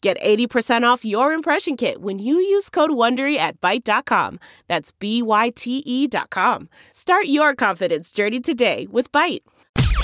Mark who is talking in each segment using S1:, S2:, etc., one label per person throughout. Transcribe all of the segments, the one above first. S1: Get 80% off your impression kit when you use code WONDERY at Byte.com. That's B-Y-T-E E dot com. Start your confidence journey today with Byte.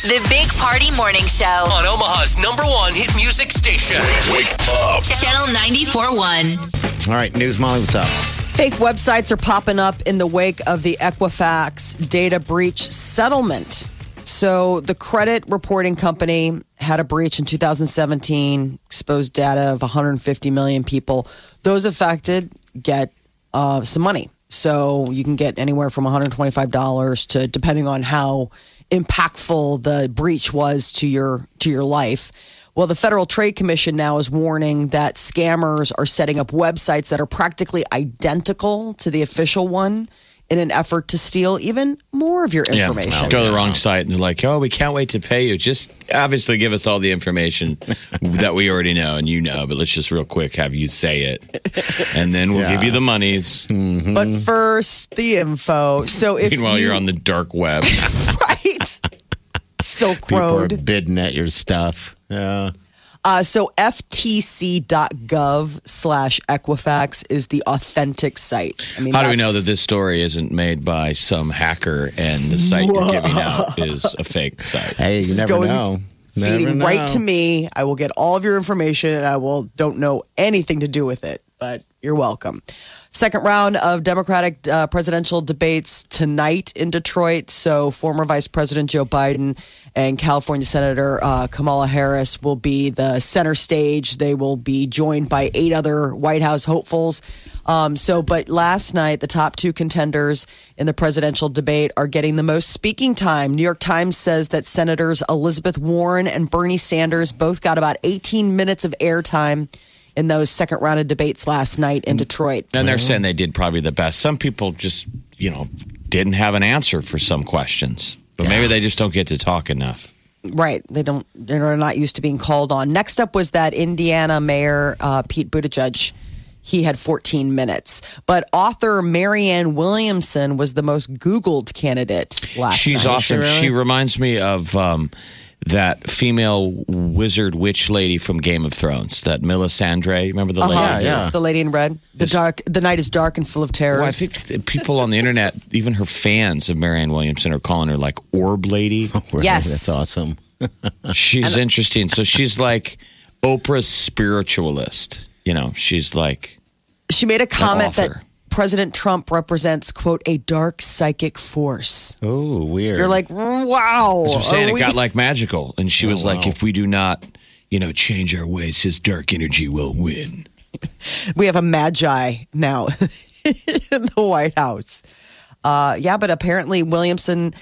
S2: The Big Party Morning Show.
S3: on Omaha's number one hit music station. Wake up.
S2: Channel 94.1.
S4: All right, News Molly, what's up?
S5: Fake websites are popping up in the wake of the Equifax data breach settlement. So, the credit reporting company had a breach in 2017, exposed data of 150 million people. Those affected get uh, some money. So, you can get anywhere from $125 to depending on how impactful the breach was to your to your life. Well, the Federal Trade Commission now is warning that scammers are setting up websites that are practically identical to the official one in an effort to steal even more of your information.
S4: well,
S6: Go to the wrong site and they're like, oh, we can't wait to pay you. Just obviously give us all the information that we already know and you know, but let's just real quick have you say it. And then we'll give you the monies.
S5: But first, the info. So if
S6: hmm. Meanwhile,
S5: you,
S6: you're on the dark web.
S5: right, Silk
S4: People are
S5: Road.
S4: bidding at your stuff. Yeah.
S5: Uh, so ftc.gov slash Equifax is the authentic site. I mean,
S6: How do we know
S5: that's-
S6: that this story isn't made by some hacker and the site you're giving out is a fake site?
S4: Hey, you
S5: This is
S4: never
S5: going
S4: know. Never
S5: feeding
S4: know.
S5: right to me. I will get all of your information and I will don't know anything to do with it, but you're welcome. Second round of Democratic uh, presidential debates tonight in Detroit. So, former Vice President Joe Biden and California Senator uh, Kamala Harris will be the center stage. They will be joined by eight other White House hopefuls. Um, so, but last night, the top two contenders in the presidential debate are getting the most speaking time. New York Times says that Senators Elizabeth Warren and Bernie Sanders both got about 18 minutes of airtime in those second round of debates last night in Detroit.
S6: And they're saying they did probably the best. Some people just, you know, didn't have an answer for some questions, but maybe they just don't get to talk enough.
S5: Right. They don't, they're not used to being called on. Next up was that Indiana Mayor uh, Pete Buttigieg. He had 14 minutes. But author Marianne Williamson was the most Googled candidate last
S6: She's
S5: night.
S6: awesome.
S4: Is she
S6: She
S4: really?
S6: reminds me of um, that female wizard witch lady from Game of Thrones, that Melisandre. Remember
S5: Uh-huh.
S6: the
S4: Yeah,
S6: lady?
S4: yeah.
S5: The lady in red. The dark. The night is dark and full of terrors.
S6: Well, I think th- people on the internet, even her fans of Marianne Williamson, are calling her like Orb Lady.
S5: Yes.
S4: That's awesome.
S6: She's
S5: uh,
S6: interesting. So she's like Oprah's spiritualist. You know, she's like,
S5: she made a comment that
S6: author.
S5: President Trump represents quote a dark psychic force.
S4: Oh, weird.
S5: You're like, wow.
S6: So I'm saying
S5: are
S6: it
S5: we-
S6: got like magical. And she was like,
S4: wow.
S6: if we do not, you know, change our ways, his dark energy will win.
S5: we have a magi now in the White House. Uh, yeah, but apparently Williamson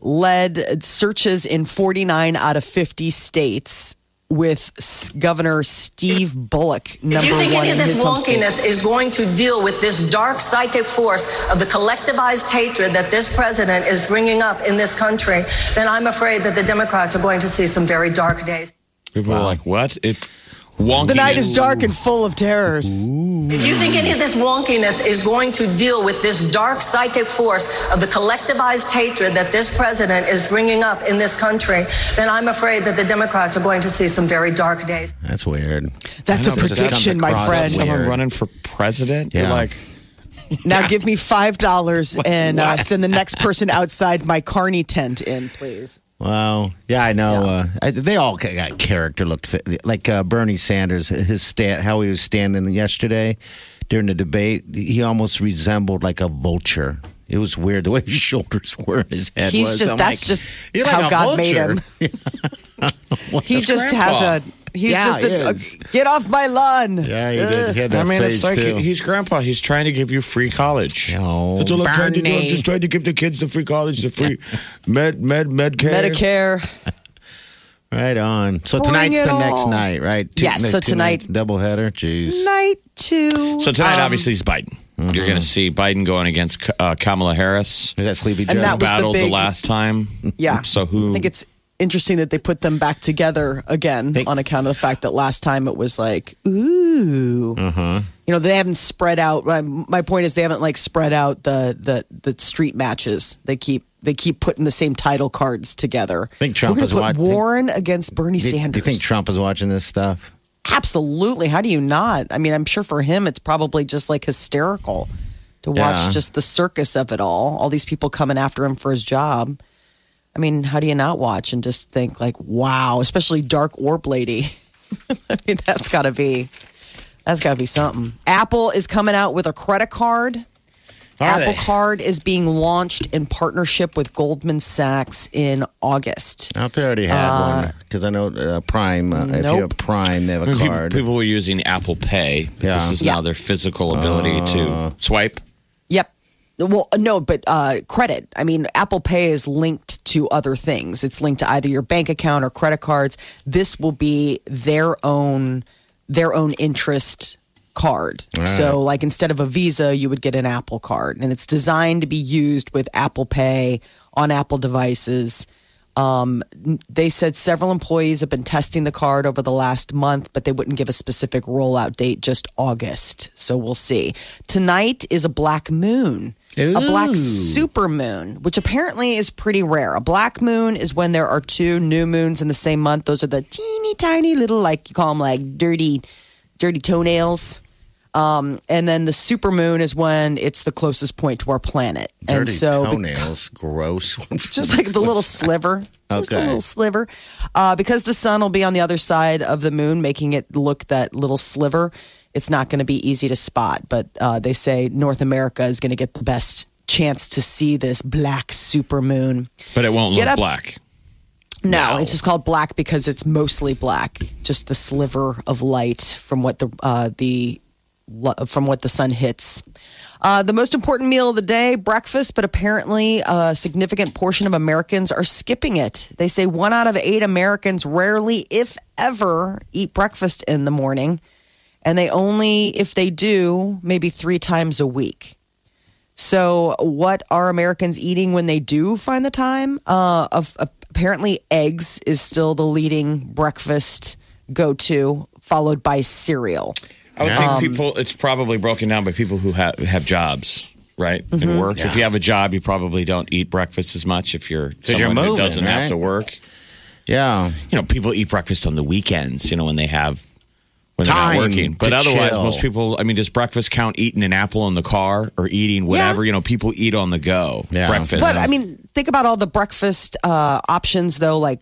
S5: led searches in 49 out of 50 states with s- Governor Steve Bullock number
S7: If you think
S5: one
S7: any
S5: in
S7: of
S5: his
S7: this
S5: home state.
S7: wonkiness is going to deal with this dark psychic force of the collectivized hatred that this president is bringing up in this country, then I'm afraid that the Democrats are going to see some very dark days.
S6: People are like, what? It, wonky
S5: The night
S6: and-
S5: is dark and full of terrors.
S7: If you think any of this wonkiness is going to deal with this dark psychic force of the collectivized hatred that this president is bringing up in this country, then I'm afraid that the Democrats are going to see some very dark days.
S4: That's weird.
S5: That's
S4: I
S5: a
S4: know, but it just
S5: prediction,
S4: comes
S5: my
S4: across
S5: friend.
S4: as
S6: Someone
S4: weird.
S6: running for president? You're
S4: Yeah.
S6: like,
S5: Now give me five dollars and uh, send the next person outside my carny tent in, please.
S4: Wow. Yeah, I know. Uh, I, they all ca- got character look. thi- Like uh, Bernie Sanders, his stand, how he was standing yesterday during the debate, he almost resembled like a vulture. It was weird the way his shoulders were and his head
S5: He's
S4: was.
S5: just- that's just
S4: "You're
S5: how
S4: a
S5: God made him." He
S4: That's
S5: just
S6: grandpa.
S5: has a. He's
S4: Yeah,
S5: just
S4: he
S5: a, a-
S4: is.
S5: get off my lawn.
S4: yeah, he did. He had that
S6: I mean,
S4: face
S6: it's like
S4: too.
S6: he's grandpa. He's trying to give you free college.
S4: Oh,
S6: That's all I'm trying to do. I'm
S4: Bernie.
S6: just trying to give the kids the free college, the free med, med, med care.
S5: Medicare.
S4: right on. So
S5: Bring
S4: tonight's
S5: it
S4: the next
S5: all.
S4: night, right? Two,
S5: Yes, so
S4: two nights
S5: tonight-
S4: doubleheader. Jeez.
S5: Night to.
S6: So tonight, obviously, is Biden.
S4: Mm-hmm.
S6: You're going to see Biden going against uh, Kamala Harris.
S4: Is that Sleepy Joe?
S5: And that was the
S6: battled the,
S5: big-
S6: last time.
S5: Yeah.
S6: So who?
S4: Hmm.
S5: I think it's interesting that they put them back together again
S4: They-
S5: on account of the fact that last time it was like, ooh.
S4: Mm-hmm.
S5: You know, they haven't spread out. My, my point is they haven't like spread out the, the, the street matches. They keep they keep putting the same title cards together. I
S4: Think Trump
S5: We're gonna
S4: is
S5: put
S4: watching-
S5: Warren against Bernie
S4: do, you-
S5: Sanders.
S4: do you think Trump is watching this stuff?
S5: Absolutely. How do you not? I mean, I'm sure for him, it's probably just like hysterical to watch
S4: Yeah.
S5: just the circus of it all. All these people coming after him for his job. I mean, how do you not watch and just think like, wow, especially Dark Orb Lady? I mean, that's got to be, that's got to be something. Apple is coming out with a credit card.
S4: Are
S5: Apple
S4: they?
S5: Card is being launched in partnership with Goldman Sachs in August.
S4: I thought they already had one because I know uh, Prime. Uh, If you have
S5: nope.
S4: Prime, they have a
S6: I mean, people,
S4: card.
S6: people were using Apple Pay. But This
S4: Yeah. Uh.
S6: is
S5: Yeah.
S6: now their physical ability to swipe.
S5: Yep. Well, no, but uh, credit. I mean, Apple Pay is linked to other things. It's linked to either your bank account or credit cards. This will be their own their own interest card. So, like instead of a Visa, you would get an Apple card, and it's designed to be used with Apple Pay on Apple devices. Um, they said several employees have been testing the card over the last month, but they wouldn't give a specific rollout date, just August. So we'll see. Tonight is a black moon, a black super moon, which apparently is pretty rare. A black moon is when there are two new moons in the same month. Those are the teeny tiny little, like you call them, like dirty, dirty toenails. Um, and then the super moon is when it's the closest point to our planet. and
S4: Dirty
S5: so,
S4: toenails, gross.
S5: just like the little sliver. Just a
S4: Okay.
S5: little sliver. Uh, because the sun will be on the other side of the moon, making it look that little sliver, it's not going to be easy to spot. But uh, they say North America is going to get the best chance to see this black super moon.
S6: But it won't
S5: Get
S6: look
S5: up.
S6: black.
S5: No, it's just called black because it's mostly black, just the sliver of light from what the uh, the from what the sun hits. Uh, the most important meal of the day, breakfast, but apparently a significant portion of Americans are skipping it. They say one out of eight Americans rarely, if ever, eat breakfast in the morning, and they only, if they do, maybe three times a week. So, what are Americans eating when they do find the time? Uh, of, apparently, eggs is still the leading breakfast go to, followed by cereal.
S6: I would think people. It's probably broken down by people who have have jobs, right? And work. If you have a job, you probably don't eat breakfast as much. If you're someone
S4: you're
S6: who
S4: moving,
S6: doesn't have
S4: right?
S6: to work,
S4: yeah.
S6: you know, people eat breakfast on the weekends. You know, when they have when they're
S4: Time
S6: not working. But
S4: to
S6: otherwise,
S4: chill.
S6: most people. I mean, does breakfast count eating an apple in the car or eating whatever? You know, people eat on the go.
S4: Yeah.
S6: Breakfast.
S5: But I mean, think about all the breakfast uh, options, though, like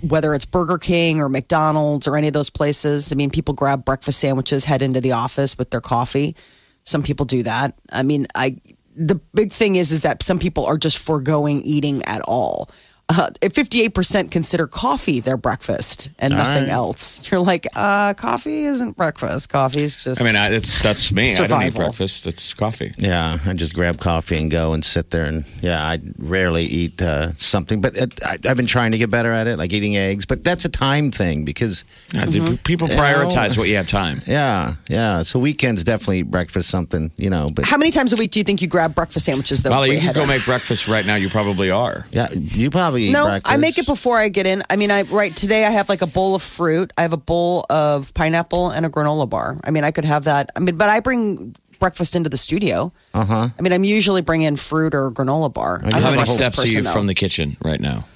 S5: whether it's Burger King or McDonald's or any of those places. I mean, people grab breakfast sandwiches, head into the office with their coffee. Some people do that. I mean, I the big thing is is that some people are just foregoing eating at all. Uh, 58% consider coffee their breakfast and nothing
S4: right.
S5: else. You're like, uh, coffee isn't breakfast. Coffee is just.
S6: I mean, I, it's that's me. I don't eat
S5: Survival.
S6: breakfast. It's coffee.
S4: Yeah, I just grab coffee and go and sit there and yeah, I rarely eat uh, something, but it, I, I've been trying to get better at it, like eating eggs. But that's a time thing because
S6: Yeah,
S5: Mm-hmm.
S6: People prioritize what you have time.
S4: yeah, yeah. So weekends definitely eat breakfast something, you know. But
S5: how many times a week do you think you grab breakfast sandwiches, though?
S6: Molly, you
S5: before head
S6: could go
S5: out?
S6: make breakfast right now. You probably are.
S4: yeah, you probably eat
S5: no,
S4: breakfast.
S5: I make it before I get in. I mean, I right today I have like a bowl of fruit. I have a bowl of pineapple and a granola bar. I mean, I could have that. I mean, but I bring breakfast into the studio. Uh
S4: Uh-huh.
S5: huh. I mean, I'm usually bringing fruit or a granola bar. I'm
S6: How
S5: not a
S6: many
S5: breakfast
S6: steps are Oh. you
S5: person, though.
S6: from the kitchen right now?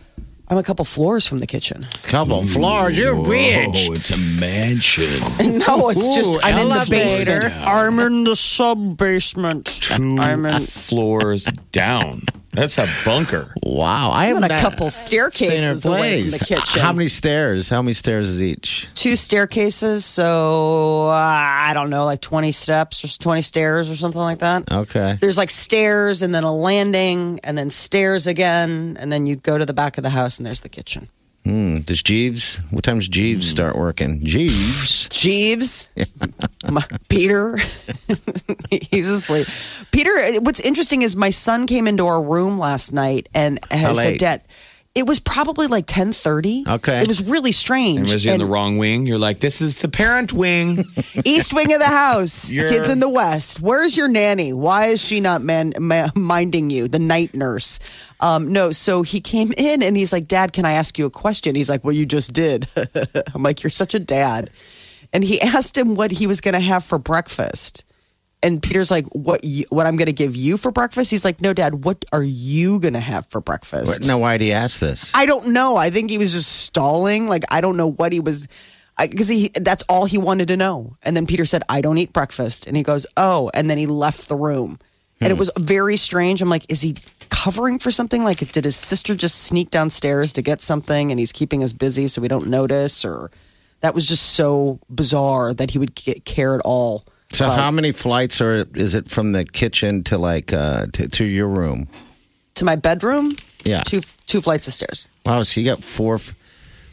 S5: I'm a couple floors from the kitchen.
S4: Couple floors, you're rich.
S6: it's a mansion.
S5: No, it's just
S4: Ooh,
S5: I'm in the
S4: elevator.
S5: basement. I'm in the sub basement.
S6: Two floors down. That's a bunker.
S4: Wow, I have
S5: on a
S4: not
S5: couple
S4: seen her
S5: staircases away from the
S4: place.
S5: kitchen.
S4: How many stairs? How many stairs is each?
S5: Two staircases, so uh, I don't know, like 20 steps or 20 stairs or something like that.
S4: Okay.
S5: there's like stairs and then a landing and then stairs again and then you go to the back of the house and there's the kitchen
S4: Hmm, Does Jeeves? What time does Jeeves
S6: Hmm.
S4: start working? Jeeves.
S5: jeeves my, peter he's asleep uh, peter what's interesting is my son came into our room last night and
S4: How
S5: has said
S4: late?
S5: dad It was probably like ten thirty.
S4: Okay.
S5: it was really strange.
S6: And was you in
S5: And
S6: the wrong wing? You're like, this is the parent wing.
S5: East wing of the house,
S6: You're-
S5: kids in the west. Where's your nanny? Why is she not man, ma- minding you? The night nurse. Um, no, so he came in and he's like, Dad, can I ask you a question? He's like, Well, you just did. I'm like, You're such a dad. And he asked him what he was going to have for breakfast. And Peter's like, "What? You, what I'm going to give you for breakfast?" He's like, "No, Dad. What are you going to have for breakfast?"
S4: But now, why did he ask this?
S5: I don't know. I think he was just stalling. Like I don't know what he was, because he that's all he wanted to know. And then Peter said, "I don't eat breakfast," and he goes, "Oh," and then he left the room. And it was very strange. I'm like, is he covering for something? Like, did his sister just sneak downstairs to get something, and he's keeping us busy so we don't notice? Or that was just so bizarre that he would get care at all.
S4: So, how many flights are is it from the kitchen to like uh, to, to your room?
S5: To my bedroom,
S4: Yeah.
S5: two two flights of stairs.
S4: Wow, so you got four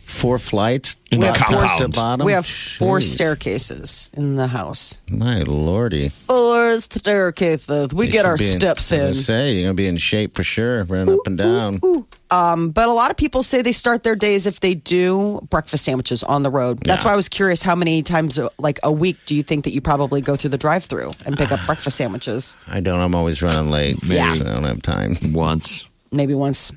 S4: four flights.
S6: In the
S4: Top to
S6: compound.
S4: bottom.
S5: We have four
S4: Jeez.
S5: staircases in the house.
S4: My lordy,
S5: four staircases. We get our
S4: Be in-
S5: steps
S4: I
S5: in.
S4: was gonna say you're gonna be in shape for sure, running up and down.
S5: But a lot of people say they start their days if they do breakfast sandwiches on the road. That's why I was curious how many times uh, like a week do you think that you probably go through the drive-through and pick up breakfast sandwiches?
S4: I don't. I'm always running late.
S6: Yeah.
S4: I don't have time.
S6: Once.
S5: Maybe once.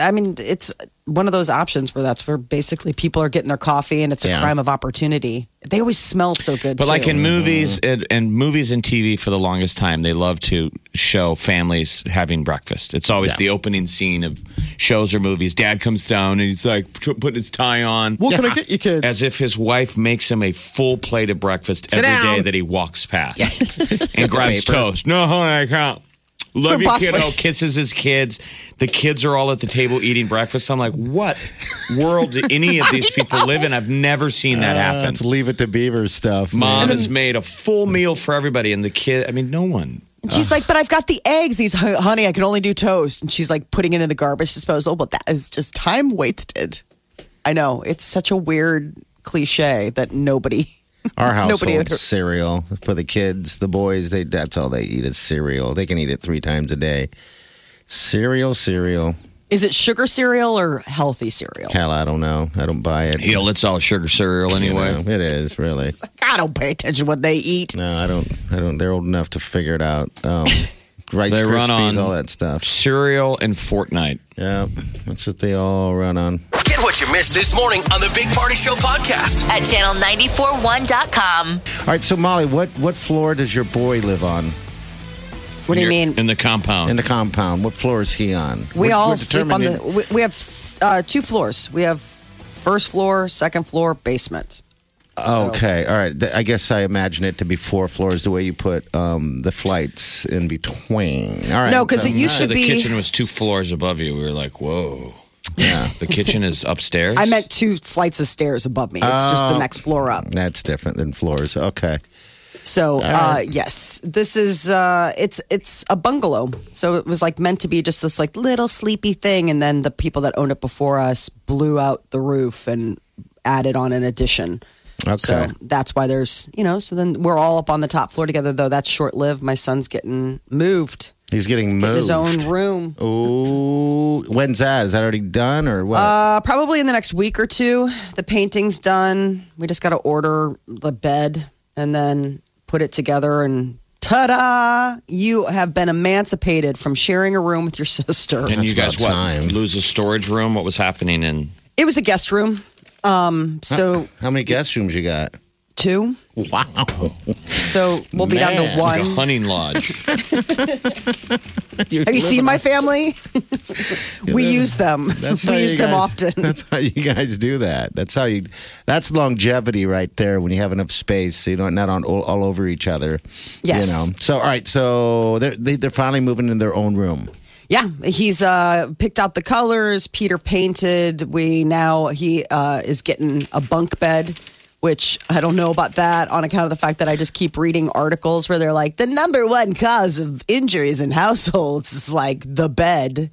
S5: I mean, it's one of those options where that's where basically people are getting their coffee and it's a
S4: Yeah.
S5: crime of opportunity. They always smell so good.
S6: But
S5: too. Mm-hmm.
S6: like in movies and, and movies and TV for the longest time, they love to show families having breakfast. It's always the opening scene of shows or movies. Dad comes down and he's like tr- putting his tie on.
S5: what can I get you kids?
S6: As if his wife makes him a full plate of breakfast every day
S4: down.
S6: that he walks past and grabs
S4: Paper.
S6: toast. No, I can't. Love you,
S5: Impossible.
S6: kiddo. Kisses his kids. The kids are all at the table eating breakfast. I'm like, what world do any of these people live in? I've never seen
S5: Um,
S6: that happen.
S4: Let's leave it to Beaver stuff.
S6: Mom
S4: man.
S6: has made a full meal for everybody, and the kid. I mean, no one.
S5: And she's
S4: Uh.
S5: like, but I've got the eggs. He's, "Hon- honey, I can only do toast. And she's like putting it in the garbage disposal, but that is just time wasted. I know. It's such a weird cliche that nobody.
S4: Our
S5: Nobody
S4: household
S5: had her-
S4: cereal for the kids, the boys. They that's all they eat is cereal. They can eat it three times a day. Cereal, cereal.
S5: Is it sugar cereal or healthy cereal?
S4: Hell, I don't know. I don't buy it.
S6: You know, it's all sugar cereal
S4: You
S6: anyway.
S4: know, it is really.
S5: I don't pay attention what they eat.
S4: No, I don't. I don't. They're old enough to figure it out. Um, Rice
S6: They run
S4: Krispies,
S6: on-
S4: all that stuff.
S6: Cereal and Fortnite.
S4: Yeah, that's what they all run on.
S3: Get what you missed this morning on the Big Party Show podcast.
S2: At channel941.com.
S4: All right, so Molly, what what floor does your boy live on
S5: What do you
S6: You're
S5: mean?
S6: In the compound.
S4: in the compound? What floor is he on?
S5: we
S4: We're-
S5: all
S4: we're
S5: sleep on the.
S4: determining-
S5: We, we have uh, two floors. We have first floor, second floor, basement.
S4: Oh, Okay, all right. Th- I guess I imagine it to be four floors the way you put um, the flights in between. All right.
S5: No, 'cause it used
S6: So
S5: to
S6: the
S5: be-
S6: kitchen was two floors above you. We were like, whoa. Yeah, the kitchen is upstairs.
S5: I meant two flights of stairs above me. It's just
S4: Oh.
S5: the next floor up.
S4: That's different than floors. Okay.
S5: So uh,
S4: right.
S5: yes, this is uh, it's it's a bungalow. So it was like meant to be just this like little sleepy thing, and then the people that owned it before us blew out the roof and added on an addition.
S4: Okay.
S5: So that's why there's you know. So then we're all up on the top floor together. Though that's short lived. My son's getting moved.
S4: He's getting
S5: Getting
S4: moved.
S5: his own room.
S4: Ooh, when's that? Is that already done or what?
S5: Uh, probably in the next week or two. The painting's done. We just got to order the bed and then put it together and ta-da! You have been emancipated from sharing a room with your sister.
S6: and you
S4: That's
S6: guys what?
S4: about time.
S6: Lose a storage room? What was happening? And
S5: It was a guest room. Um, so
S4: How many guest rooms you got?
S5: two.
S4: Wow.
S5: So we'll be down
S4: Man.
S5: to
S6: a
S5: one.
S6: hunting lodge.
S5: Have you seen my family? we use them.
S4: That's how
S5: we
S4: you
S5: use them
S4: guys-
S5: often.
S4: That's how you guys do that. That's how you. That's longevity right there. When you have enough space, so you don't not on all, all over each other.
S5: Yes.
S4: You know. So all right. So they're they, they're finally moving in their own room.
S5: Yeah, he's uh, picked out the colors. Peter painted. We now he uh, is getting a bunk bed, which I don't know about that on account of the fact that I just keep reading articles where they're like the number one cause of injuries in households is like the bed,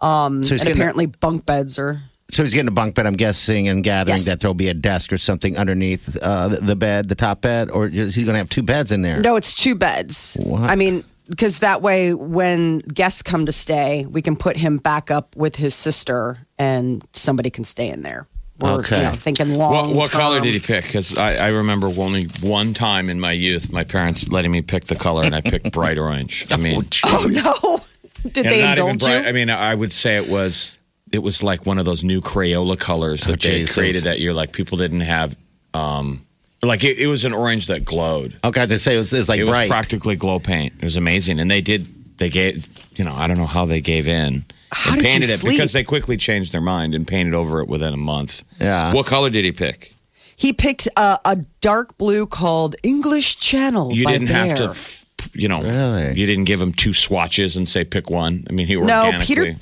S5: Um,
S4: So he's
S5: and
S4: getting
S5: apparently bunk beds are.
S4: so he's getting a bunk bed. I'm guessing and gathering
S5: Yes.
S4: that there'll be a desk or something underneath uh, the- the bed, the top bed, or is he going to have two beds in there?
S5: No, it's two beds. I mean, because that way, when guests come to stay, we can put him back up with his sister, and somebody can stay in there. We're
S4: Okay.
S5: you know, thinking long.
S6: What, what
S5: term.
S6: color did he pick? Because I, I remember only one time in my youth, my parents letting me pick the color, and I picked bright orange. I mean,
S5: Oh no! did
S6: and
S5: they
S6: not even
S5: indulge
S6: bright.
S5: you?
S6: I mean, I would say it was it was like one of those new Crayola colors that
S4: Oh,
S6: they had
S4: Jesus.
S6: created that year. Like people didn't have, um, like it, it was an orange that glowed.
S4: Okay, Oh, I was gonna say it was, it was like
S6: It was
S4: bright.
S6: practically glow paint. It was amazing, and they did. They gave, you know, I don't know how they gave in.
S5: How
S6: and
S5: did you
S6: painted it
S5: sleep?
S6: because they quickly changed their mind and painted over it within a month.
S4: Yeah.
S6: What color did he pick?
S5: He picked uh, a dark blue called English Channel.
S6: you
S5: by
S6: didn't have to
S5: Bear.
S6: f- you know
S4: Really?
S6: you didn't give him two swatches and say pick one i mean he
S5: No,
S6: organically
S5: Peter.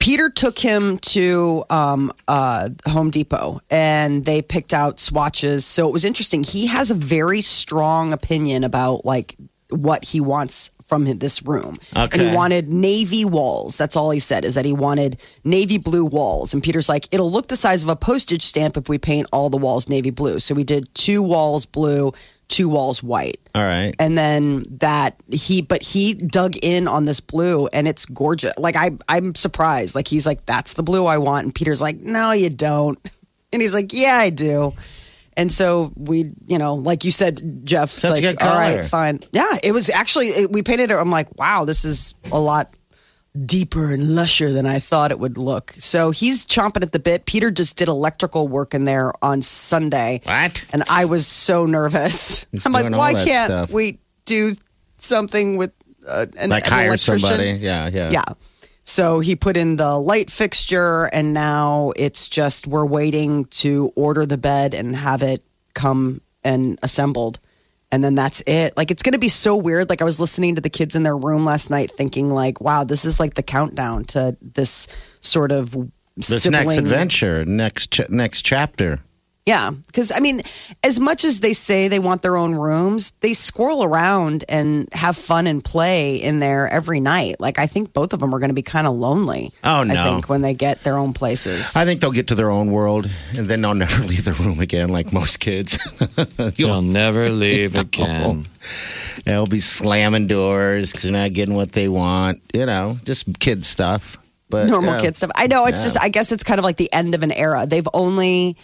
S5: Peter took him to um, uh, Home Depot, and they picked out swatches. So it was interesting. He has a very strong opinion about like what he wants from hi- this room. And
S4: Okay.
S5: he wanted navy walls. That's all he said is that he wanted navy blue walls. And Peter's like, it'll look the size of a postage stamp if we paint all the walls navy blue. So we did two walls blue, two walls white
S4: All right.
S5: and then that he but he dug in on this blue and it's gorgeous like i i'm surprised like he's like that's the blue i want and peter's like no you don't and he's like yeah i do and so we you know like you said jeff it's
S4: That's a
S5: like
S4: good
S5: all
S4: color."
S5: right fine yeah it was actually it, we painted it i'm like wow this is a lot deeper and lusher than i thought it would look so he's chomping at the bit peter just did electrical work in there on sunday
S4: What?
S5: and I was so nervous.
S4: He's
S5: I'm like,
S4: doing all
S5: why
S4: that
S5: can't
S4: stuff.
S5: we do something with uh, an,
S4: Like
S5: an
S4: hire
S5: electrician?
S4: somebody. Yeah, yeah.
S5: Yeah. So he put in the light fixture, and now it's just we're waiting to order the bed and have it come and assembled. And then that's it. Like it's going to be so weird. Like I was listening to the kids in their room last night, thinking like, "Wow, this is like the countdown to this sort of
S4: This next
S5: sibling
S4: adventure, next ch- next chapter.
S5: yeah, because I mean, as much as they say they want their own rooms, they squirrel around and have fun and play in there every night. Like I think both of them are going to be kind of lonely.
S4: Oh, no.
S5: I think when they get their own places.
S4: I think they'll get to their own world, and then they'll never leave the room again, like most kids.
S6: you'll never leave again
S4: they'll be slamming doors because they're not getting what they want. You know, just kid stuff. But
S5: normal
S4: yeah.
S5: kid stuff. I know it's
S4: Yeah.
S5: just. I guess it's kind of like the end of an era. They've only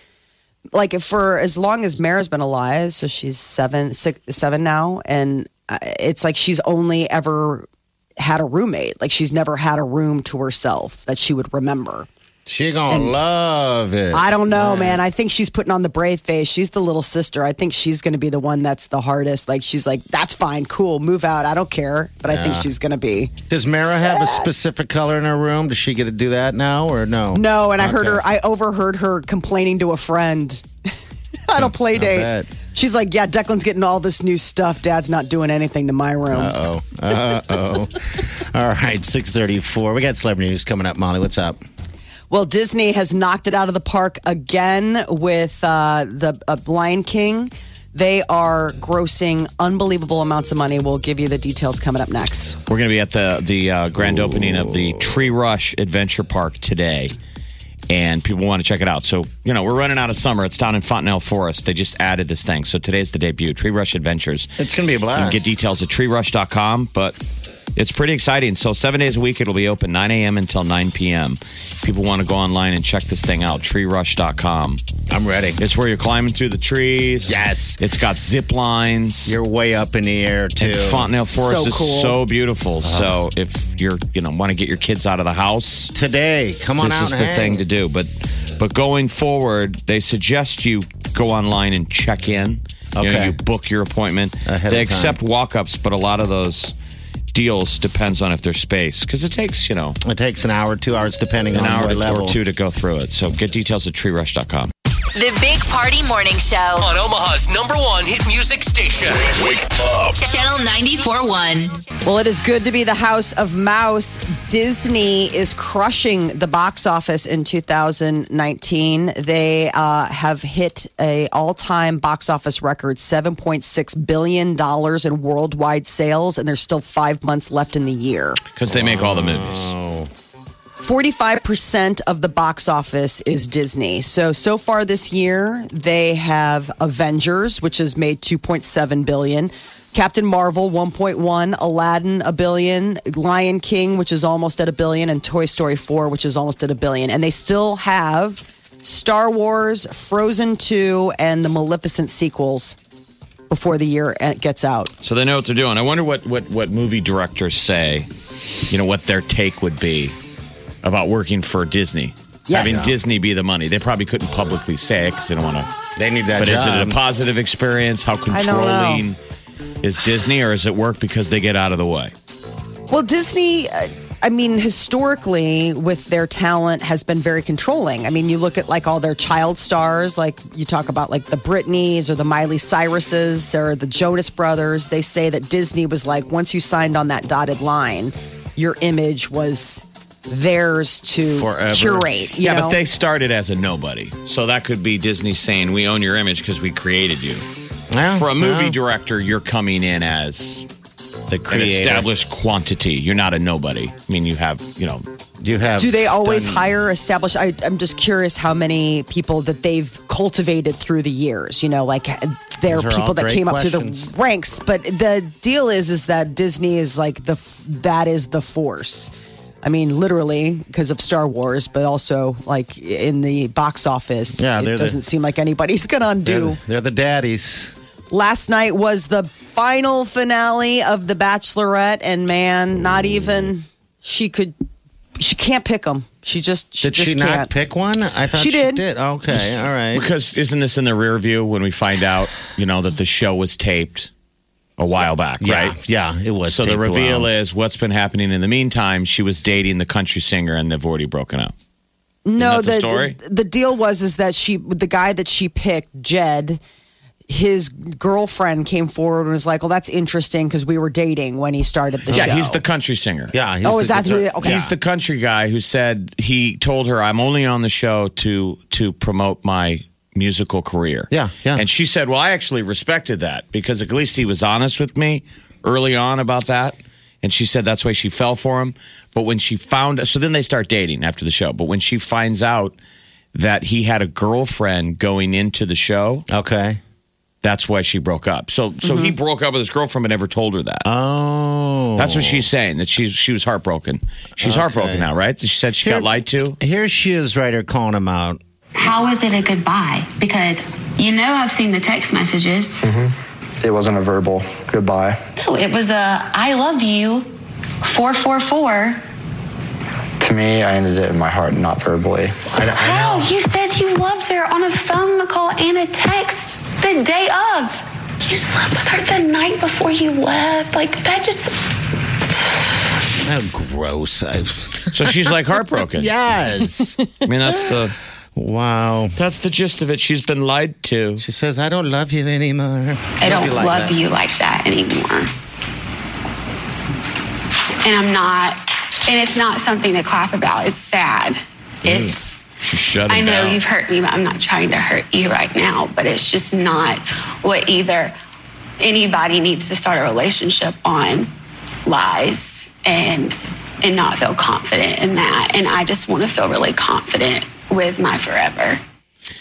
S5: like for as long as Mara's been alive, so she's seven, six, seven now, and uh, it's like she's only ever had a roommate. Like she's never had a room to herself that she would remember.
S4: She gonna love it.
S5: I don't know, man. I think she's putting on the brave face. She's the little sister. I think she's going to be the one that's the hardest. Like she's like, that's fine, cool, move out. I don't care. But I think she's going to be
S4: Does Mara have a specific color in her room? Does she get to do that now or no?
S5: no. And I heard her. I overheard her complaining to a friend on a play
S4: bet.
S5: date. She's like, yeah, Declan's getting all this new stuff. Dad's not doing anything to my room.
S4: Oh, uh oh. All right, six thirty-four. We got celebrity news coming up. Molly, what's up?
S5: Well, Disney has knocked it out of the park again with uh, the uh, Lion King. They are grossing unbelievable amounts of money. We'll give you the details coming up next.
S6: we're going to be at the the uh, grand opening of the tree rush adventure park today and people want to check it out so you know we're running out of summer it's down in fontanelle forest they just added this thing so today's the debut tree rush adventures
S4: It's gonna be a
S6: You can
S4: blast.
S6: get details at treerush.com, but it's pretty exciting. So, seven days a week, it'll be open 9 a.m. until 9 p.m. People want to go online and check this thing out, treerush.com.
S4: I'm ready.
S6: It's where you're climbing through the trees.
S4: Yes.
S6: It's got zip lines.
S4: You're way up in the air too. Uh-huh.
S6: and Fontanelle Forest
S5: So
S6: is
S5: cool.
S6: so beautiful. So, if you're, you know, want to get your kids out of the house,
S4: Today, come on
S6: this
S4: out.
S6: is
S4: and
S6: the
S4: hang.
S6: thing to do. But but going forward, they suggest you go online and check in. You, know,
S4: Okay.
S6: you book your appointment.
S4: Ahead
S6: they
S4: of time.
S6: accept walk ups, but a lot of those deals depends on if there's space because it takes you know
S4: It takes an hour, two hours, depending
S6: an
S4: on
S6: hour
S4: what
S6: to,
S4: level.
S6: or two to go through it. So get details at treerush.com.
S2: The Big Party Morning Show.
S3: On Omaha's number one hit music station. Wake up.
S2: Channel 94.1.
S5: Well, it is good to be the house of mouse. Disney is crushing the box office in 2019. They uh, have hit a all-time box office record, 7.6 billion dollars in worldwide sales, and there's still five months left in the year.
S6: Because they make all the movies.
S5: 45% of the box office is Disney. So so far this year, they have Avengers which has made 2.7 billion, Captain Marvel 1.1, Aladdin a billion, Lion King which is almost at a billion and Toy Story 4 which is almost at a billion and they still have Star Wars, Frozen 2 and the Maleficent sequels before the year eh, gets out.
S6: So they know what they're doing. I wonder what, what, what movie directors say, you know, what their take would be about working for Disney.
S5: Yes.
S6: Having Disney be the money. They probably couldn't publicly say it because they don't want to.
S4: They need that
S6: But is it
S4: job.
S6: a positive experience? How
S5: I don't know.
S6: controlling is Disney, or is it work because they get out of the way?
S5: Well, Disney, uh, I mean, historically, with their talent, has been very controlling. I mean, you look at like all their child stars, like you talk about like the Britneys or the Miley Cyruses or the Jonas Brothers. They say that Disney was like, once you signed on that dotted line, your image was theirs to
S6: Forever.
S5: curate. you
S6: yeah,
S5: know?
S6: but they started as a nobody, so that could be Disney saying, "We own your image because we created you."
S5: Mm,
S4: Yeah,
S6: For a movie
S4: yeah.
S6: director, you're coming in as
S4: the
S6: an
S4: creator.
S6: established quantity. You're not a nobody. I mean, you have, you know,
S4: You have.
S5: Do they always
S4: done-
S5: hire established? I, I'm just curious how many people that they've cultivated through the years. You know, like there are
S4: Those are all
S5: people that
S4: great
S5: came up through
S4: questions.
S5: the ranks. But the deal is, is that Disney is like the f- that is the force. I mean, literally because of Star Wars, but also like in the box office.
S4: Yeah,
S5: it
S4: they're the-
S5: doesn't seem like anybody's gonna
S4: They're,
S5: undo.
S4: the- they're the daddies.
S5: Last night was the final finale of The Bachelorette, and man, not even she could. She can't pick them. She just she
S4: Did
S5: just
S4: she not
S5: can't.
S4: pick one? I thought
S5: She
S4: she,
S5: did.
S4: Okay, all right.
S6: because isn't this in the rear view when we find out, you know, that the show was taped a while back,
S4: yeah,
S6: right?
S4: yeah, it was.
S6: So the
S4: taped
S6: reveal
S4: well.
S6: is what's been happening in the meantime. She was dating the country singer, and they've already broken up.
S5: No,
S6: Isn't that the story?
S5: the the deal was is that she the guy that she picked, Jed, his girlfriend came forward and was like, "Well, that's interesting because we were dating when he started the
S6: Yeah,
S5: show."
S6: he's the country singer.
S4: Yeah. he's
S5: Oh,
S4: the
S5: is that who-
S4: guitar-
S5: okay.
S6: He's the country guy who said he told her, "I'm only on the show to to promote my musical career."
S4: Yeah, yeah.
S6: And she said, "Well, I actually respected that because at least he was honest with me early on about that." And she said that's why she fell for him. But when she found, so then they start dating after the show. But when she finds out that he had a girlfriend going into the show,
S4: Okay.
S6: that's why she broke up. So, so
S4: Mm-hmm.
S6: he broke up with his girlfriend, but never told her that.
S4: Oh,
S6: That's what she's saying. That she's she was heartbroken. She's heartbroken now, right? She said she got lied to.
S4: Here she is, right here calling him out.
S8: How is it a goodbye? Because you know I've seen the text messages.
S9: It wasn't a verbal goodbye.
S8: No, it was a I love you 444.
S9: To me, I ended it in my heart, not verbally.
S8: How? You said you loved her on a phone call and a text the day of. You slept with her the night before you left. Like, that just.
S4: How gross! I,
S6: So she's like heartbroken.
S4: yes.
S6: I mean that's the
S4: wow.
S6: that's the gist of it. She's been lied to.
S4: She says, "I don't love you anymore."
S8: I don't
S4: like
S8: love
S4: that.
S8: you like that anymore. And I'm not. And it's not something to clap about. It's sad. It's.
S6: She shut him
S8: I know
S6: down.
S8: you've hurt me, but I'm not trying to hurt you right now. But it's just not what either anybody needs to start a relationship on lies and and not feel confident in that. And I just want to feel really confident with my forever.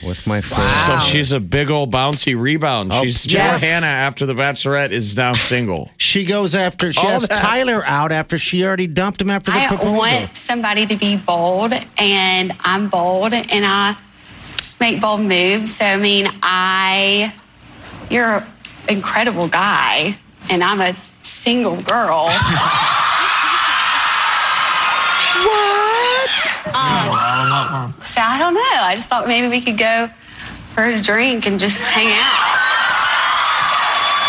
S4: with my friend.
S6: So she's a big old bouncy rebound. she's
S5: yes.
S6: Johanna after the Bachelorette is now single.
S4: She goes after she
S6: All
S4: has
S6: that.
S4: Tyler out after she already dumped him after the
S8: I
S4: proposal.
S8: want somebody to be bold, and I'm bold, and I make bold moves. So I mean, I you're an incredible guy, and I'm a single girl.
S5: what?
S8: So I don't know. I just thought maybe we could go for a drink and just hang out.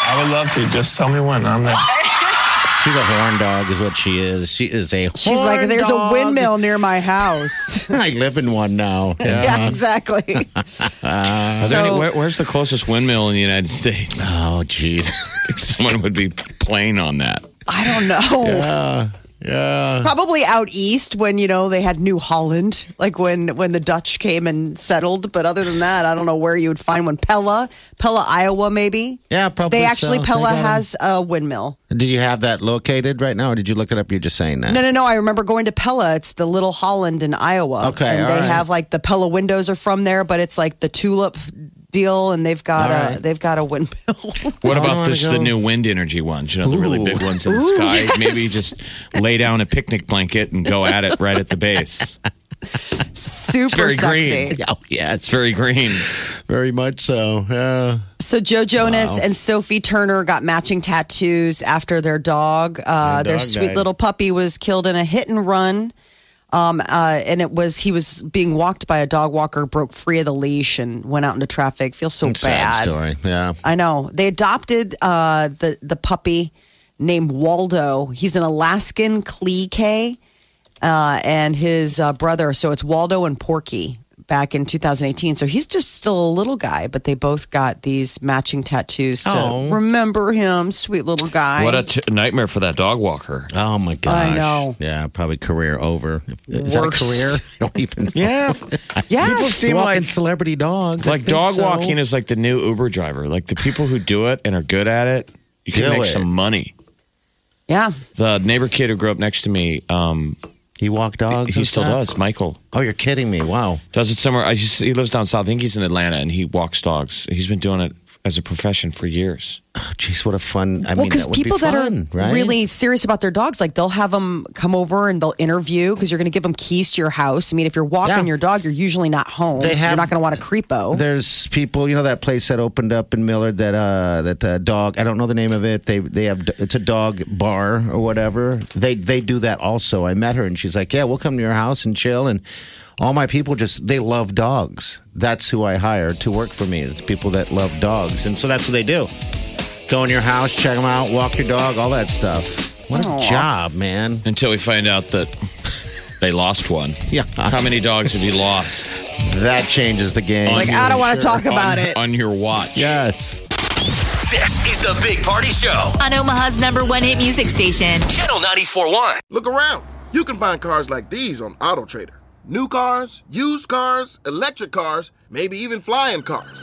S10: I would love to. Just tell me when. I'm there.
S4: She's a horn dog, is what she is. She is a.
S5: She's
S4: horn
S5: like, "There's
S4: dog."
S5: a windmill near my house."
S4: I live in one now. Yeah.
S5: yeah, exactly.
S6: Are there any,
S5: so
S6: where, where's the closest windmill in the United States?
S4: Oh, jeez.
S6: Someone would be playing on that.
S5: I don't know.
S4: yeah.
S5: Probably out east when you know they had New Holland, like when when the Dutch came and settled. But other than that, I don't know where you would find one. Pella, Pella, Iowa, maybe.
S4: Yeah, probably
S5: They actually
S4: so.
S5: Pella
S4: They got 'em.
S5: has a windmill.
S4: Do you have that located right now, or did you look it up? You're just saying that.
S5: No, no, no. I remember going to Pella. It's the Little Holland in Iowa.
S4: Okay,
S5: and
S4: all
S5: they
S4: right.
S5: have like the Pella windows are from there, but it's like the tulip deal, and they've got
S6: All
S5: a
S6: right.
S5: they've got a windmill.
S6: What
S4: I
S6: about
S4: wanna
S6: this the
S4: go.
S6: new wind energy ones? You know, the really big ones in the
S5: Ooh,
S6: sky.
S5: yes.
S6: Maybe just lay down a picnic blanket and go at it right at the base.
S5: Super
S6: It's very
S5: sexy.
S6: green.
S4: Oh, yeah, it's
S6: It's very green.
S4: very much so. Yeah.
S5: So Joe Jonas and Sophie Turner got matching tattoos after their dog. Uh, their
S4: dog
S5: sweet
S4: died.
S5: little puppy was killed in a hit and run. Um, uh, and it was he was being walked by a dog walker, broke free of the leash, and went out into traffic. Feels so
S4: Sad
S5: Oh, bad.
S4: story. Yeah.
S5: I know. They adopted uh, the the puppy named Waldo. He's an Alaskan Klee uh, and his uh, brother. So it's Waldo and Porky back in 2018. So he's just still a little guy, but they both got these matching tattoos to
S4: Oh.
S5: remember him, sweet little guy.
S11: What a t- nightmare for that dog walker.
S4: Oh my gosh.
S5: I know.
S4: Yeah, probably career over. Is that a
S5: Worst.
S4: career? I don't even know.
S6: Yeah.
S5: yeah.
S6: People seem
S4: Walking
S6: like
S4: celebrity dogs. I
S6: like
S4: think
S6: dog
S4: so.
S6: walking is like the new Uber driver. Like the people who do it and are good at it, you can
S4: Do
S6: make
S4: it.
S6: some money.
S5: yeah.
S6: The neighbor kid who grew up next to me, um,
S4: He walked dogs.
S6: he
S4: and
S6: still
S4: stuff?
S6: does. Michael
S4: Oh, you're kidding me! Wow.
S6: does it somewhere. I just, he lives down south. I think he's in Atlanta and he walks dogs. He's been doing it as a profession for years.
S4: Oh, Jeez, what a fun. I
S5: well,
S4: mean,
S5: because
S4: that would
S5: people
S4: be fun,
S5: that are
S4: right?
S5: really serious about their dogs, like they'll have them come over and they'll interview because you're going to give them keys to your house. I mean, if you're walking
S4: Yeah.
S5: your dog, you're usually not home.
S4: They
S5: so
S4: have-
S5: you're not going to want a creepo.
S4: There's people, you know, that place that opened up in Millard that uh that uh, dog. I don't know the name of it. They they have it's a dog bar or whatever. They they do that also. I met her and she's like, yeah, we'll come to your house and chill. And all my people just they love dogs. That's who I hire to work for me. It's people that love dogs, and so that's what they do. Go in your house, check them out, walk your dog, all that stuff. What a job, man!
S6: Until we find out that they lost one.
S4: Yeah.
S6: How many dogs have you lost?
S4: That changes the game.
S5: like, I don't want to talk about
S6: on,
S5: it.
S6: on your watch.
S4: Yes.
S3: This is the Big Party Show,
S2: On Omaha's number one hit music station.
S3: Channel 941.
S12: Look around. You can find cars like these on AutoTrader. New cars, used cars, electric cars, maybe even flying cars.